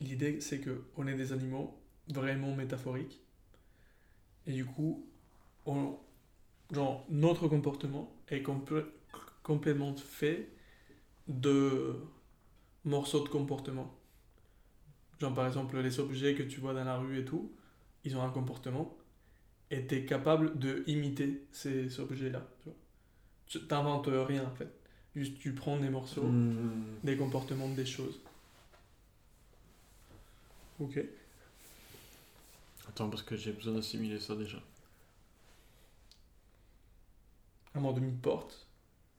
L'idée, c'est que on est des animaux vraiment métaphoriques. Et du coup, on, genre, notre comportement est complè- complètement fait de morceaux de comportement. Genre, par exemple, les objets que tu vois dans la rue et tout, ils ont un comportement. Et tu es capable de imiter ces objets-là. Tu vois. Tu- t'inventes rien, en fait. Juste, tu prends des morceaux Hmm. des comportements des choses. Ok. Attends, parce que j'ai besoin d'assimiler ça déjà. Un mort demi porte,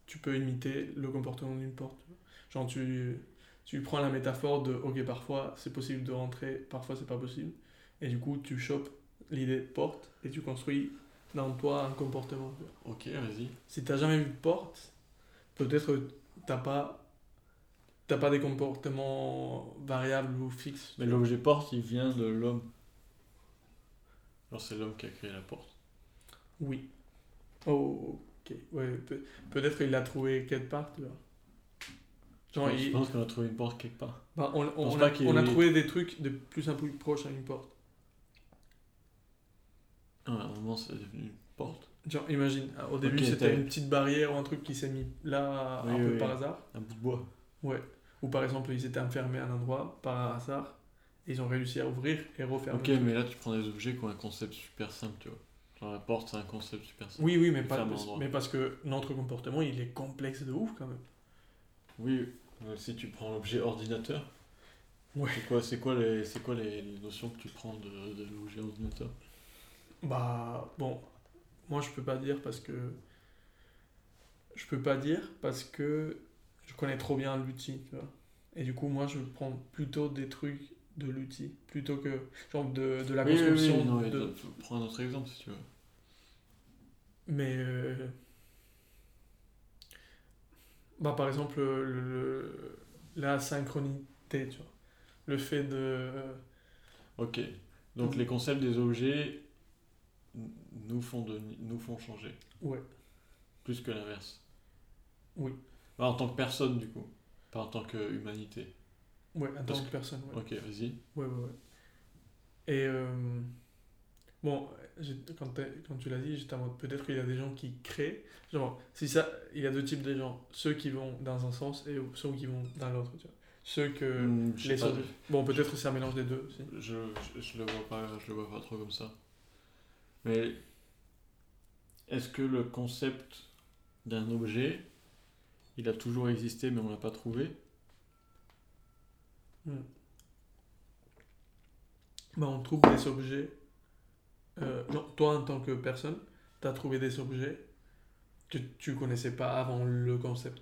tu peux imiter le comportement d'une porte. Genre, tu, tu prends la métaphore de ok, parfois c'est possible de rentrer, parfois c'est pas possible. Et du coup, tu chopes l'idée de porte et tu construis dans toi un comportement. Ok, vas-y. Si t'as jamais vu de porte, peut-être t'as pas. T'as pas des comportements variables ou fixes. Mais l'objet porte, il vient de l'homme. Alors c'est l'homme qui a créé la porte. Oui. Oh, ok. Ouais, peut- peut-être il l'a trouvé quelque part, tu vois. Genre, je il- pense qu'on a trouvé une porte quelque part. bah, on, on pense a, pas qu'il- on a trouvé des trucs de plus en plus proches à une porte. Ah, à un moment, c'est devenu une porte. Genre, imagine, ah, au début Ok, c'était t'as- une petite barrière ou un truc qui s'est mis là Oui, un peu oui, par oui. hasard. Un bout de bois. Ou par exemple, ils étaient enfermés à un endroit par hasard et ils ont réussi à ouvrir et refermer. Ok, mais là, tu prends des objets qui ont un concept super simple, tu vois. Genre la porte, c'est un concept super simple. Oui, oui, mais, pas, Fermer un endroit. mais parce que notre comportement il est complexe de ouf quand même. Oui, mais si tu prends l'objet ordinateur, Ouais. c'est quoi, c'est quoi, les, c'est quoi les, les notions que tu prends de, de l'objet ordinateur Bah, bon, moi je peux pas dire parce que. Je peux pas dire parce que je connais trop bien l'outil, tu vois. Et du coup, moi je prends plutôt des trucs de l'outil, plutôt que. Genre de, de la Oui, oui, oui, construction. non, mais de... tu- Prends un autre exemple si tu veux. Mais. euh, Bah, par exemple, le, le- la synchronité, tu vois. Le fait de. euh, Ok, donc Mhm. les concepts des objets n- nous font, de, nous font changer. Ouais. Plus que l'inverse. Oui. Pas en tant que personne, du coup. Pas en tant que humanité. Ouais, en tant Parce que personne, ouais. Ok, vas-y. Ouais, ouais, ouais. Et euh, bon, j'ai- quand, t'as- quand tu l'as dit, j'étais en mode peut-être qu'il y a des gens qui créent. Genre, si ça, il y a deux types de gens. Ceux qui vont dans un sens et ceux qui vont dans l'autre. tu vois. Ceux que. Hmm, je sais Euh, les pas, autres. Bon, peut-être que c'est un mélange des deux aussi. je, je, je le vois pas, je le vois pas trop comme ça. Mais est-ce que le concept d'un objet, il a toujours existé mais on l'a pas trouvé Bah, on trouve des objets. Euh, genre, toi, en tant que personne, tu as trouvé des objets que tu connaissais pas avant le concept.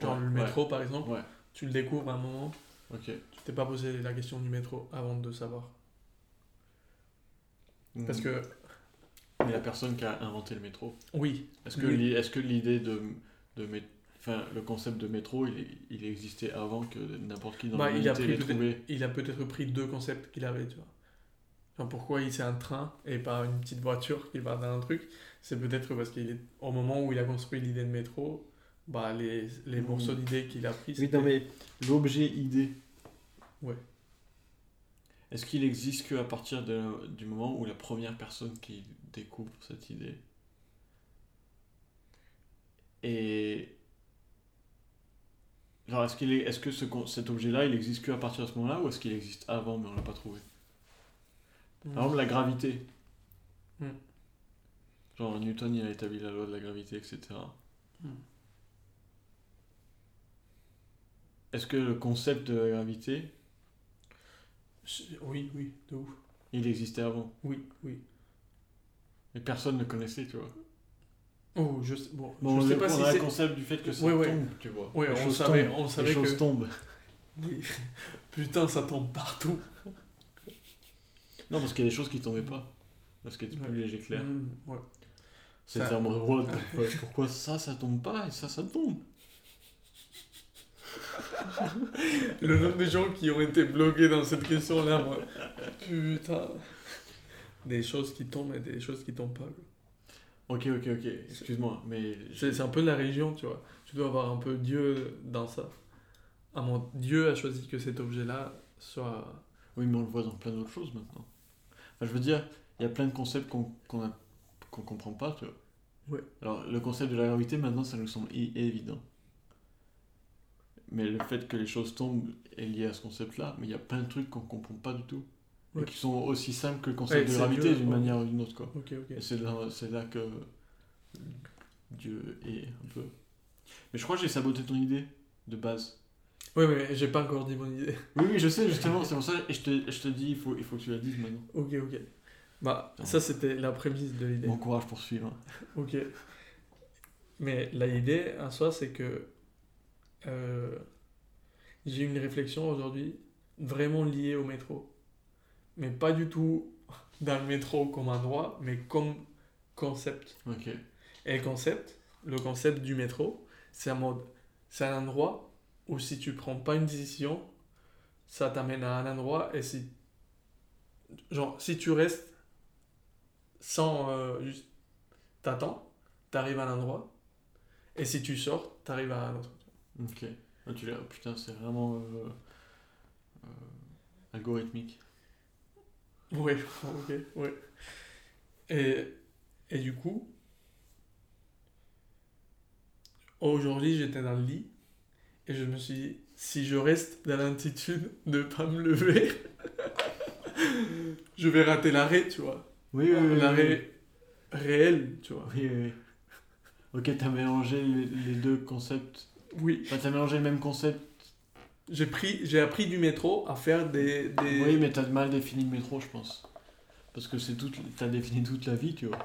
Genre, Ouais, le ouais, métro, par exemple, Ouais. tu le découvres à un moment, Ok. tu t'es pas posé la question du métro avant de savoir. Parce Hmm. que, Mais la personne qui a inventé le métro. oui, Est-ce que, Lui- l'i- est-ce que l'idée de, de mét- enfin, le concept de métro, il, est- il existait avant que n'importe qui dans Bah, il a l'humanité l'ait pris peut-être- trouvé il a peut-être pris deux concepts qu'il avait, tu vois. Genre pourquoi il c'est un train et pas une petite voiture qui va dans un truc, c'est peut-être parce qu'il est au moment où il a construit l'idée de métro, bah les, les Mm. morceaux d'idées qu'il a pris. Oui, c'était- non, mais l'objet idée. Ouais. Est-ce qu'il existe qu'à partir de- du moment où la première personne qui découvre cette idée et genre est-ce qu'il est, est-ce que ce con- cet objet-là il existe qu'à partir de ce moment-là ou est-ce qu'il existe avant mais on l'a pas trouvé Mm. Par exemple, la gravité. Hmm. Mm. Genre, Newton, il a établi la loi de la gravité, etc. Mm. Hmm. Est-ce que le concept de la gravité, C'est- Oui, oui, de ouf. il existait avant Oui, oui. Mais personne ne le connaissait, tu vois. Oh, je sais, bon, Bon, je on sais sais pas si a c'est... le concept du fait que ça Ouais, ouais. tombe, tu vois. Ouais, Les on choses savait, tombent. on Les savait choses que... tombent. Oui. Putain, ça tombe partout. Non, parce qu'il y a des choses qui tombaient pas. Parce qu'elles étaient plus Ouais. léger clair. Mm, ouais. C'est Ça- un mode, what the fuck, pourquoi ça, ça tombe pas et ça, ça tombe Le nombre de gens qui ont été bloqués dans cette question-là, moi. Putain. Des choses qui tombent et des choses qui tombent pas. quoi. Ok, ok, ok, excuse-moi, mais... C'est c'est un peu de la région, tu vois. Tu dois avoir un peu Dieu dans ça. à mon Dieu a choisi que cet objet-là soit. Oui, mais on le voit dans plein d'autres choses maintenant. Enfin, je veux dire, il y a plein de concepts qu'on qu'on a- qu'on comprend pas, tu vois. Ouais. Alors, le concept de la gravité, maintenant, ça nous semble i- évident. Mais le fait que les choses tombent est lié à ce concept-là, mais il y a plein de trucs qu'on comprend pas du tout. Ouais. Et qui sont aussi simples que le concept Ouais, de c'est gravité mieux, d'une ouais. manière ou d'une autre, quoi. Ok, ok. Et c'est là, c'est là que Dieu est un peu. Mais je crois que j'ai saboté ton idée de base. Oui, mais j'ai pas encore dit mon idée. Oui, oui, je sais, justement, c'est pour ça. Et je te, je te dis, il faut, il faut que tu la dises maintenant. Ok, ok. Bah, ça c'était la prémisse de l'idée. Bon courage pour suivre. Ok. Mais la idée en soi, c'est que euh, j'ai eu une réflexion aujourd'hui vraiment liée au métro. Mais pas du tout dans le métro comme endroit, mais comme concept. Ok. Et le concept, le concept du métro, c'est un mode, c'est un endroit où si tu prends pas une décision, ça t'amène à un endroit et si, genre, si tu restes sans euh, juste t'attends, t'arrives à un endroit et si tu sors, t'arrives à un autre. Ok. Ah, tu l'as- Putain, c'est vraiment euh, euh, algorithmique. Oui, ok, oui. Et, et du coup, aujourd'hui, j'étais dans le lit et je me suis dit, si je reste dans l'altitude de pas me lever, je vais rater l'arrêt, tu vois. Oui, L'arrêt réel, tu vois. Oui, oui, oui. Ok, t'as mélangé les, les deux concepts. Oui, Enfin, t'as mélangé le même concept. j'ai pris, j'ai appris du métro à faire des, des... Oui, mais t'as mal défini le métro, je pense. Parce que c'est toute, t'as défini toute la vie, tu vois.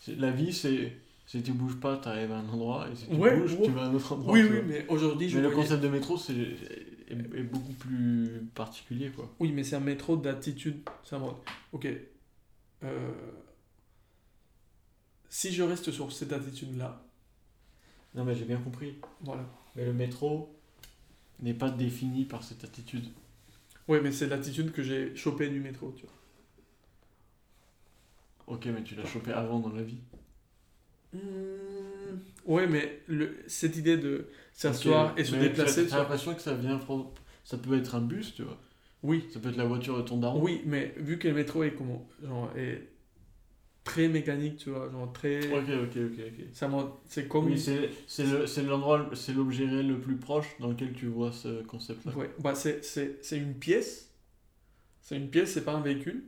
C'est- La vie, c'est si tu bouges pas, t'arrives à un endroit, et si tu Ouais, bouges, ouais. tu vas à un autre endroit. Oui, tu oui, vois. mais aujourd'hui, je Mais le voyais- concept de métro, c'est est, est beaucoup plus particulier, quoi. Oui, mais c'est un métro d'attitude. C'est un mode. Ok. Euh, Si je reste sur cette attitude-là, Non, mais j'ai bien compris. voilà. Mais le métro n'est pas défini par cette attitude. Oui, mais c'est l'attitude que j'ai chopée du métro, tu vois. Ok, mais tu l'as chopé avant dans la vie. Ouais, mais le... cette idée de s'asseoir Ok, et se mais déplacer. tu T'as vois. l'impression que ça vient. from- Ça peut être un bus, tu vois. Oui, Ça peut être la voiture de ton daron. oui, mais vu que le métro est comment, genre, est très mécanique, tu vois, genre très. Ok, ok, ok, ok. C'est un mode- c'est comme. Oui, c'est c'est le- c'est l'endroit, c'est l'objet réel le plus proche dans lequel tu vois ce concept-là. Ouais, bah c'est, c'est, c'est une pièce, c'est une pièce, c'est pas un véhicule,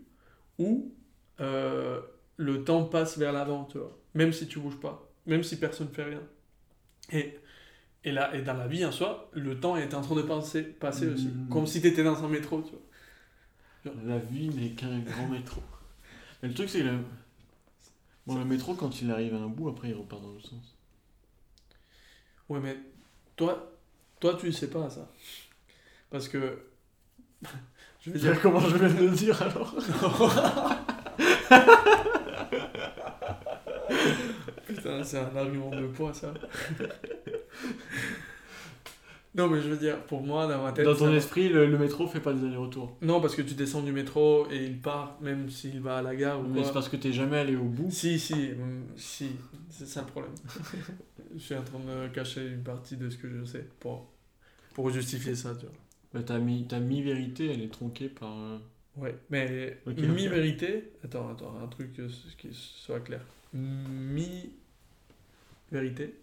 où euh, le temps passe vers l'avant, tu vois, même si tu bouges pas, même si personne fait rien. Et, et, là, et dans la vie en soi, le temps est en train de passer, passer aussi, Mhm. comme si t'étais dans un métro, tu vois. La vie n'est qu'un grand métro. Mais le truc, c'est que le... Bon, le métro, quand il arrive à un bout, après, il repart dans l'autre sens. Ouais, mais toi, toi tu sais pas ça. Parce que. Je veux dire. comment je vais le dire alors Putain, c'est un argument de poids, ça. non, mais je veux dire, pour moi, dans ma tête. Dans ton ça- esprit, le, le métro fait pas des allers-retours. Non, parce que tu descends du métro et il part, même s'il va à la gare ou Mais c'est quoi. parce que t'es jamais allé au bout. Si, si, hum, si, c'est ça le problème. je suis en train de cacher une partie de ce que je sais pour, pour justifier ça, tu vois. Mais Bah, ta mi- ta mi-vérité, elle est tronquée par... euh, Ouais, mais Ok, ok. mi-vérité. Attends, attends, un truc euh, qui soit clair. Mi-vérité,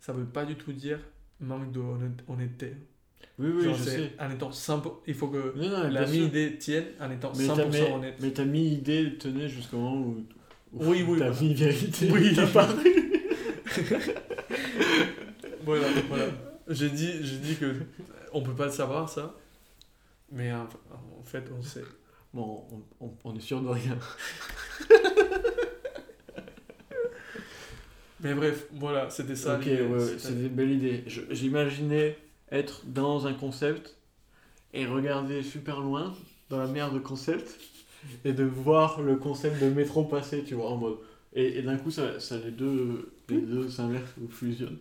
ça veut pas du tout dire manque de honnête- honnêteté. Oui, oui, Genre, je c'est sais. En étant 100%, il faut que Non, non, mais la bien sûr. mi-idée tienne en étant Mais 100% ta mi- honnête. Mais ta mi-idée tenait jusqu'au moment où... où Oui, oui, Ta voilà. mi-vérité Oui. t'a paru. Voilà, voilà. J'ai dit, j'ai dit que on peut pas le savoir ça, mais en en fait on sait. Bon, on, on- on est sûr de rien. Mais bref, voilà, c'était ça. ok, l'idée, ouais, ouais, c'était- c'est des belles idées. Je- J'imaginais être dans un concept et regarder super loin dans la mer de concept et de voir le concept de métro passer, tu vois, en mode. Et, et d'un coup, ça, ça les deux, les deux s'inversent ou fusionnent.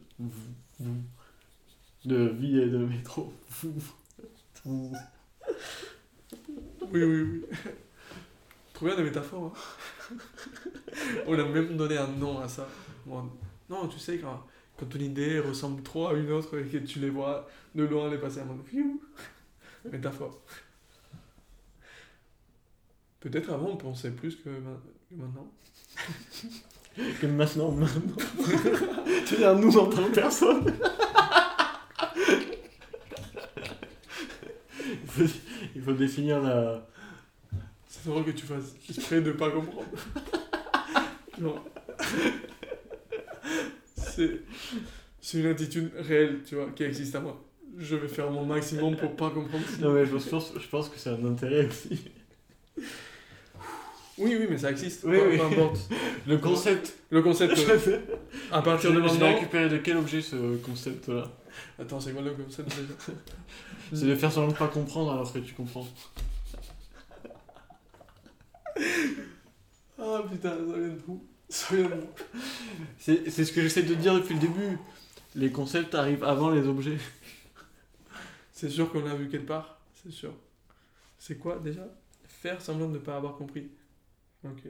De vie et de métro. Oui, oui, oui. Trop bien des métaphores. hein. on a même donné un nom à ça. Bon, non, tu sais, quand, quand ton idée ressemble trop à une autre et que tu les vois de loin les passer à mode fiou. Métaphore. Peut-être avant on pensait plus que ma- que maintenant. Que maintenant, maintenant. tu viens nous en tant que personne. il, faut, il faut définir la. C'est drôle que tu fasses exprès de pas comprendre. Genre. C'est. C'est une attitude réelle, tu vois, qui existe à moi. Je vais faire mon maximum pour pas comprendre. Non, mais je pense, je pense que c'est un intérêt aussi. Oui, oui, mais ça existe. Oui, peu, oui. peu importe. Le concept. Le concept, euh, à partir de J'ai- j'ai maintenant. récupéré de quel objet ce concept-là Attends, c'est quoi le concept déjà C'est de faire semblant de pas comprendre alors que tu comprends. Ah putain, ça vient de où Ça vient de où C'est c'est ce que j'essaie de dire depuis le début. Les concepts arrivent avant les objets. C'est sûr qu'on l'a vu quelque part, c'est sûr. C'est quoi déjà Faire semblant de ne pas avoir compris. Ok.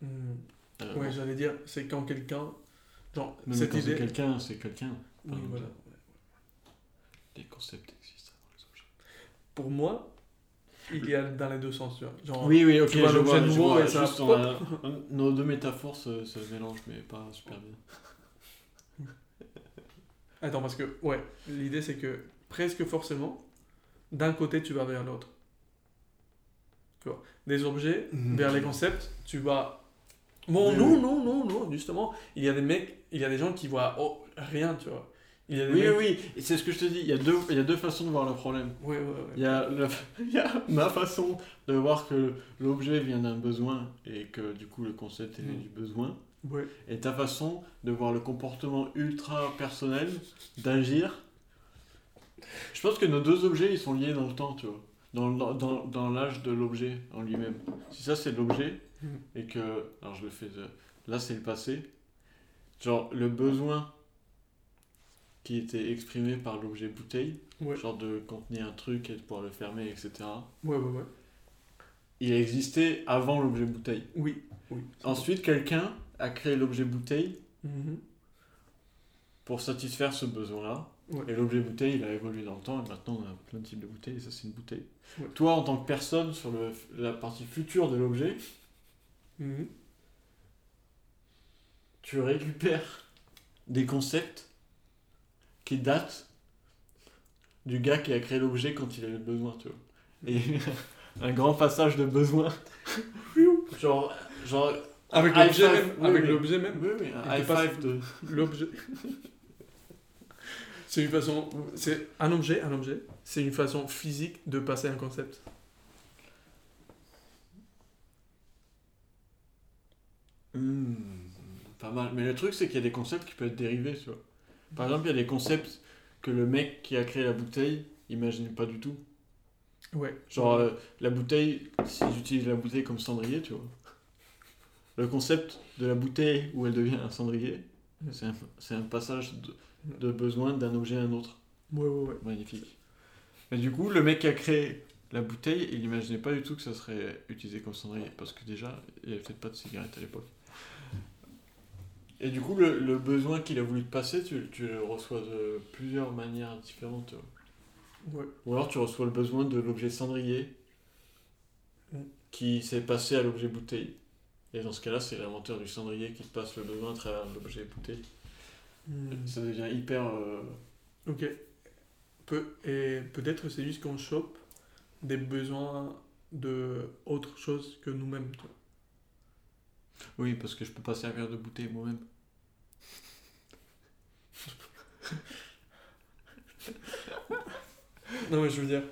Hmm, Euh, Ouais, j'allais dire, c'est quand quelqu'un. Genre, même cette quand c'est idée. quelqu'un, c'est quelqu'un. Oui, voilà. Les concepts existent avant les objets. Pour moi, il y a dans les deux sens, tu vois. Genre, Oui, oui, ok, Tu vois je l'objet vois, je nouveau vois, et ça- juste, on a- nos deux métaphores se, se mélangent, mais pas super bien. Attends, parce que, ouais, l'idée c'est que presque forcément, d'un côté tu vas vers l'autre. Tu vois, des objets Mhm. vers les concepts, tu vas. Bon, Oui, non, oui. non, non, non, justement, il y a des mecs, il y a des gens qui voient oh, rien, tu vois. Il y a des Oui, mecs- oui, oui, c'est ce que je te dis, il y, a deux, il y a deux façons de voir le problème. Ouais, ouais, ouais. Il y, a le- il y a ma façon de voir que l'objet vient d'un besoin et que du coup le concept est né Mm. du besoin, Ouais. et ta façon de voir le comportement ultra personnel, d'agir. Je pense que nos deux objets, ils sont liés dans le temps, tu vois. Dans, le- dans, dans l'âge de l'objet en lui-même. Si ça, c'est l'objet, Mm. et que. Alors, je le fais. de- Là, c'est le passé. Genre, le besoin qui était exprimé par l'objet bouteille, Ouais. genre de contenir un truc et de pouvoir le fermer, etc. ouais, ouais, ouais. Il existait avant l'objet bouteille. Oui, oui. Ensuite, quelqu'un a créé l'objet bouteille Mhm. pour satisfaire ce besoin-là. Ouais. Et l'objet bouteille, il a évolué dans le temps, et maintenant on a plein de types de bouteilles, et ça c'est une bouteille. Ouais. Toi, en tant que personne, sur le, la partie future de l'objet, Mhm. tu récupères des concepts qui datent du gars qui a créé l'objet quand il avait besoin, tu vois. Et un grand passage de besoin. genre, genre... Avec high l'objet five, même. Ah, oui, avec oui. l'objet même. Oui, oui, un Il high te passe- five de... L'objet. c'est une façon. C'est un objet, un objet. C'est une façon physique de passer un concept. Hmm, pas mal. Mais le truc, c'est qu'il y a des concepts qui peuvent être dérivés, tu vois. Par exemple, il y a des concepts que le mec qui a créé la bouteille imagine pas du tout. Ouais. Genre, euh, la bouteille, s'ils utilisent la bouteille comme cendrier, tu vois. Le concept de la bouteille où elle devient un cendrier, Mm. c'est un, c'est un passage de, de besoin d'un objet à un autre. Ouais, ouais, ouais. Magnifique. Mais du coup, le mec qui a créé la bouteille, il n'imaginait pas du tout que ça serait utilisé comme cendrier, parce que déjà, il n'y avait peut-être pas de cigarette à l'époque. Et du coup, le, le besoin qu'il a voulu te passer, tu, tu le reçois de plusieurs manières différentes. tu vois. Ouais. Ou alors tu reçois le besoin de l'objet cendrier Mm. qui s'est passé à l'objet bouteille. Et dans ce cas-là, c'est l'inventeur du cendrier qui te passe le besoin à travers l'objet bouteille. Hmm. Ça devient hyper... euh, Ok. Peu, et peut-être c'est juste qu'on chope des besoins de autre chose que nous-mêmes. tu vois. Oui, parce que je peux pas servir de bouteille moi-même. Non, mais je veux dire,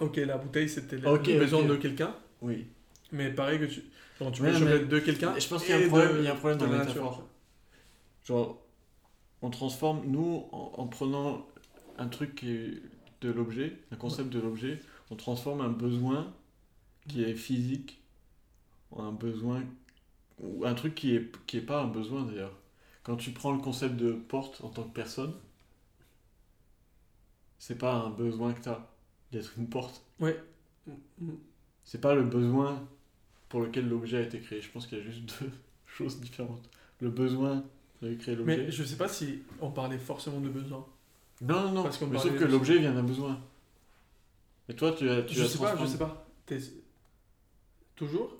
ok, la bouteille c'était le Ok, le besoin ok. de quelqu'un, Oui. mais pareil que tu. genre, tu Ouais, peux mais- choper de quelqu'un. Et je pense qu'il y a un et problème- de- il y a un problème de dans la la nature. métaphore. Genre, on transforme, nous, en, en prenant un truc qui est de l'objet, un concept de l'objet, on transforme un besoin qui est physique en un besoin, ou un truc qui est, qui est pas un besoin d'ailleurs. Quand tu prends le concept de porte en tant que personne, c'est pas un besoin que t'as d'être une porte. Mm, mm. C'est pas le besoin pour lequel l'objet a été créé. Je pense qu'il y a juste deux choses différentes. le besoin de créer l'objet. Mais je sais pas si on parlait forcément de besoin. Non, non, non. Parce qu'on mais parlait sauf que de- l'objet vient d'un besoin. Et toi, tu as. Tu je as sais pas, je transformé- sais pas. T'es- Toujours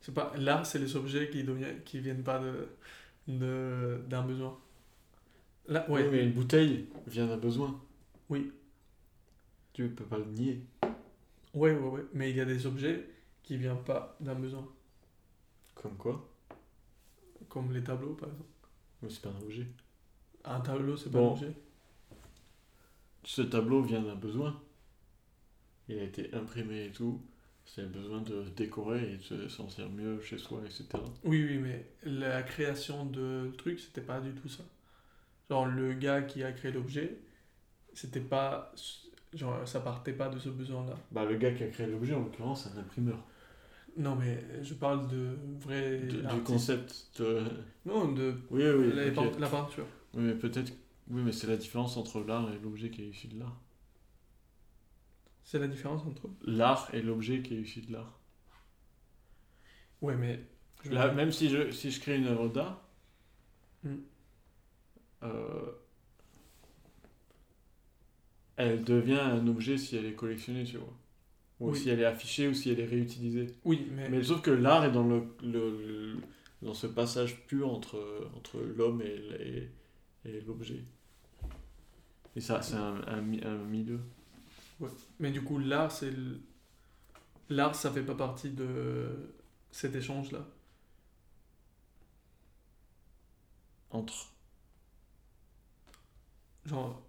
C'est pas. Là, c'est les objets qui, deviennent- qui viennent pas de de- d'un besoin. Là, ouais. Oui, mais une bouteille vient d'un besoin. Oui. Tu peux pas le nier. Ouais, ouais, ouais. Mais il y a des objets qui viennent pas d'un besoin. Comme quoi Comme les tableaux, par exemple. Mais c'est pas un objet. Un tableau, c'est pas Bon. un objet. Ce tableau vient d'un besoin. Il a été imprimé et tout. C'est le besoin de se décorer et de se sentir mieux chez soi, etc. Oui, oui, mais la création de truc, c'était pas du tout ça. Genre, le gars qui a créé l'objet, c'était pas. Genre, ça partait pas de ce besoin-là. Bah, le gars qui a créé l'objet, en l'occurrence, c'est un imprimeur. Non, mais je parle de vrai. Du- du artiste. concept de... Non, de Oui, oui, la, ok. peint- la peinture. Oui, mais peut-être... Oui, mais c'est la différence entre l'art et l'objet qui est issu de l'art. C'est la différence entre. L'art et l'objet qui est issu de l'art. Ouais, mais. je- Là, même si je, si je crée une œuvre d'art, Mm. euh, elle devient un objet si elle est collectionnée, tu vois. Ou Oui. Eh, si elle est affichée ou si elle est réutilisée. Oui, mais. Mais sauf que l'art est dans, le, le- le- dans ce passage pur entre, entre l'homme et, l- et, et l'objet. Et ça, c'est un, un, mi- un milieu. Mais du coup, l'art, c'est. le- L'art, ça fait pas partie de cet échange-là. Entre, Genre,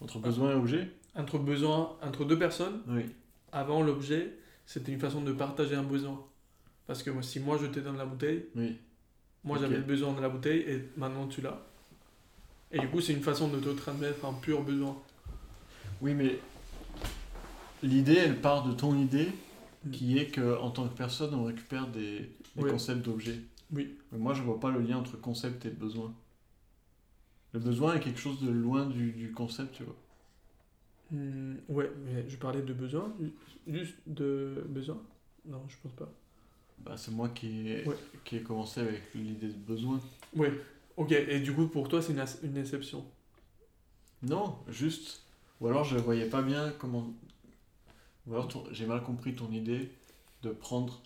entre Ah. besoin et objet entre besoin, entre deux personnes, Oui. avant l'objet, c'était une façon de partager un besoin. Parce que moi, si moi je te donne la bouteille, Oui. moi Ok. j'avais le besoin de la bouteille et maintenant tu l'as. Et du coup, c'est une façon de te transmettre un pur besoin. Oui, mais l'idée, elle part de ton idée, Mm. qui est que en tant que personne, on récupère des, des Oui. concepts d'objets. Oui. Mais moi, je vois pas le lien entre concept et besoin. Le besoin est quelque chose de loin du, du concept, tu vois. Hmm, ouais, mais je parlais de besoin, ju- juste de besoin. Non, je pense pas. Bah, c'est moi qui ai, Ouais. qui ai commencé avec l'idée de besoin. Ouais, ok, et du coup, pour toi, c'est une, as- une exception. Non, juste. Ou alors, je voyais pas bien comment. Ou alors, ton- j'ai mal compris ton idée de prendre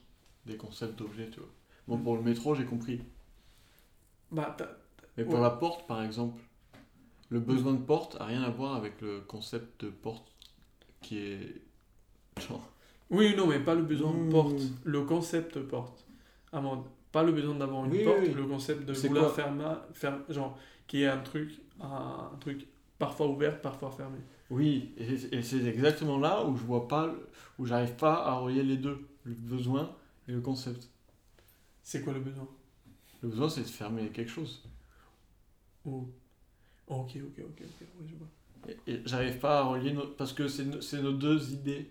des concepts d'objets, tu vois. Bon, Mm. pour le métro, j'ai compris. Bah, t'as- Mais pour Ouais. la porte, par exemple, le besoin de porte a rien à voir avec le concept de porte qui est. Genre. Oui, non, mais pas le besoin Mmh. de porte, le concept porte. Amande, pas le besoin d'avoir une Oui, porte, oui, oui. le concept de C'est vouloir quoi faire, ma, faire genre, qui est un truc, un, truc parfois ouvert, parfois fermé. Oui, et, et c'est exactement là où je vois pas, le- où j'arrive pas à relier les deux, le besoin et le concept. C'est quoi le besoin Le besoin, c'est de fermer quelque chose. Ou- Oh, Ok, ok, ok, ok, oui, je vois. Et, et j'arrive pas à relier nos- parce que c'est no- c'est nos deux idées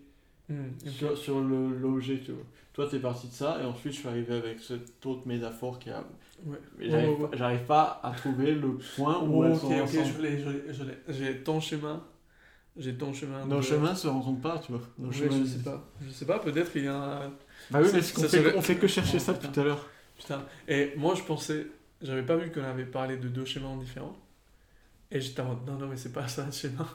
Hmm, ok. sur, sur le- l'objet, tu vois. Toi, t'es parti de ça, et ensuite, je suis arrivé avec cette autre métaphore qui a. Ouais. Mais Ouais, j'arrive ouais, ouais. pas- j'arrive pas à trouver le point où Oh, elles ok, sont ok, ensemble. je l'ai, je l'ai, je l'ai. J'ai ton chemin. J'ai ton chemin. Nos de- chemins se rencontrent pas, tu vois. Nos Ouais, chemins- je sais pas. Je sais pas, peut-être il y a un. Bah oui, Ça- mais c'est qu'on ça fait, serait- on fait que chercher Oh, ça putain. tout à l'heure. Putain, et moi je pensais, j'avais pas vu qu'on avait parlé de deux schémas différents. Et j'étais en mode, non, non, mais c'est pas ça un schéma.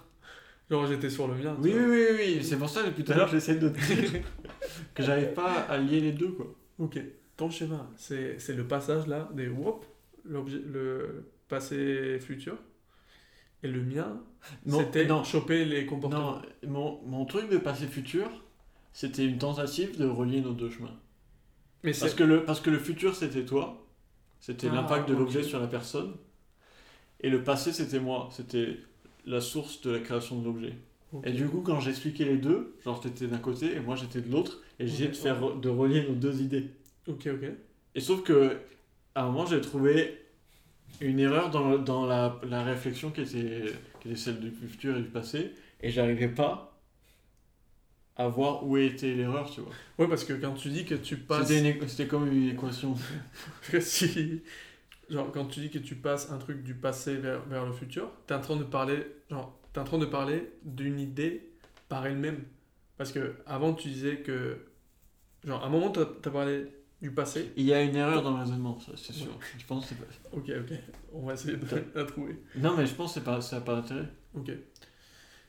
Genre j'étais sur le mien. tu Oui, oui, oui, oui, c'est pour ça que tout à l'heure j'essaie de te dire vois. que j'arrive pas à lier les deux, quoi. ok, ton schéma, c'est c'est le passage là des wop, l'objet- le passé-futur. Et le mien, Non, c'était non, choper les comportements. non mon, mon truc de passé futur, c'était une tentative de relier nos deux chemins. mais Parce c'est. que le, parce que le futur, c'était toi, c'était Ah, l'impact de ok. l'objet sur la personne, et le passé, c'était moi, c'était la source de la création de l'objet. Ok. Et du coup, quand j'expliquais les deux, genre t'étais d'un côté et moi j'étais de l'autre, et j'essayais Ok, de faire de relier nos deux idées. Ok, ok. Et sauf que, à un moment, j'ai trouvé une erreur dans, le- dans la, la réflexion qui était, qui était celle du futur et du passé, et j'arrivais pas à voir où était l'erreur, tu vois. Ouais, parce que quand tu dis que tu passes. C'était une équ- C'était comme une équation. Parce que si. Genre, quand tu dis que tu passes un truc du passé vers, vers le futur, t'es en train de parler, genre, t'es en train de parler d'une idée par elle-même. Parce que avant tu disais que. Genre, à un moment, t'as as parlé du passé. Il y a une erreur dans le raisonnement, ça, c'est sûr. Je pense que c'est pas... Ok, ok. On va essayer de la trouver. Non, mais je pense que c'est pas... ça n'a pas d'intérêt. Ok.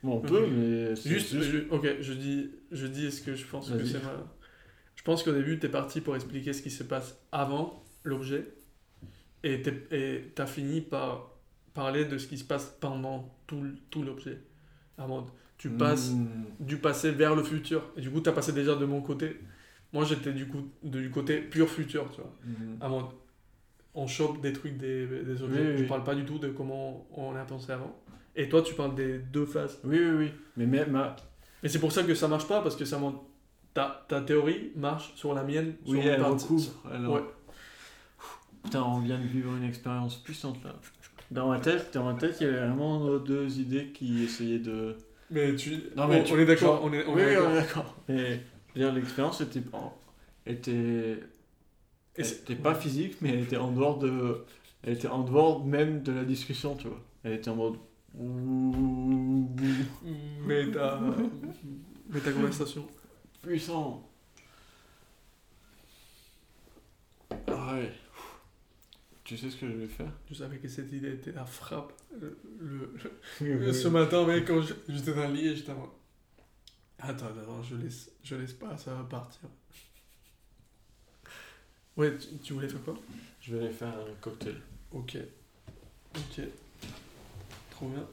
Bon, on peut, Ok. mais. c'est- Juste, euh, je- ok, je dis, je dis ce que je pense que Vas-y. c'est ma- Je pense qu'au début, t'es parti pour expliquer ce qui se passe avant l'objet, et t'es- et t'as fini par parler de ce qui se passe pendant tout, l- tout l'objet. En mode, tu passes Hmm. du passé vers le futur, et du coup, t'as passé déjà de mon côté. Moi, j'étais du coup de- du côté pur futur, tu vois. Hmm. En mode, on chope des trucs des, des objets. Oui, oui, je oui. parle pas du tout de comment on a pensé avant. Et toi, tu parles des deux phases. Oui, oui, oui. Mais, mais ma... Mais c'est pour ça que ça marche pas, parce que ça m'en- ta, ta théorie marche sur la mienne. oui, sur elle part- recouvre. alors. Ouais. Putain, on vient de vivre une expérience puissante là. Dans ma tête, dans ma tête, il y avait vraiment nos deux idées qui essayaient de. Mais tu. Non, mais on, tu- on est d'accord, genre- on est, on oui, est oui, d'accord. on est d'accord. Mais je veux dire, l'expérience était, en- était, Et elle c'est- était pas physique, mais elle était en dehors de, elle était en dehors même de la discussion, tu vois. Elle était en mode. Mais ta. mais ta conversation. Puissant. Ah ouais. Tu sais ce que je vais faire Je savais que cette idée était la frappe. Le- le- Ce matin, mec, quand je- j'étais dans le lit, et j'étais en mode, Attends, attends, je laisse, je laisse pas, ça va partir. Ouais, tu, tu voulais faire quoi Je vais aller faire un cocktail. Ok. Ok. Trop bien.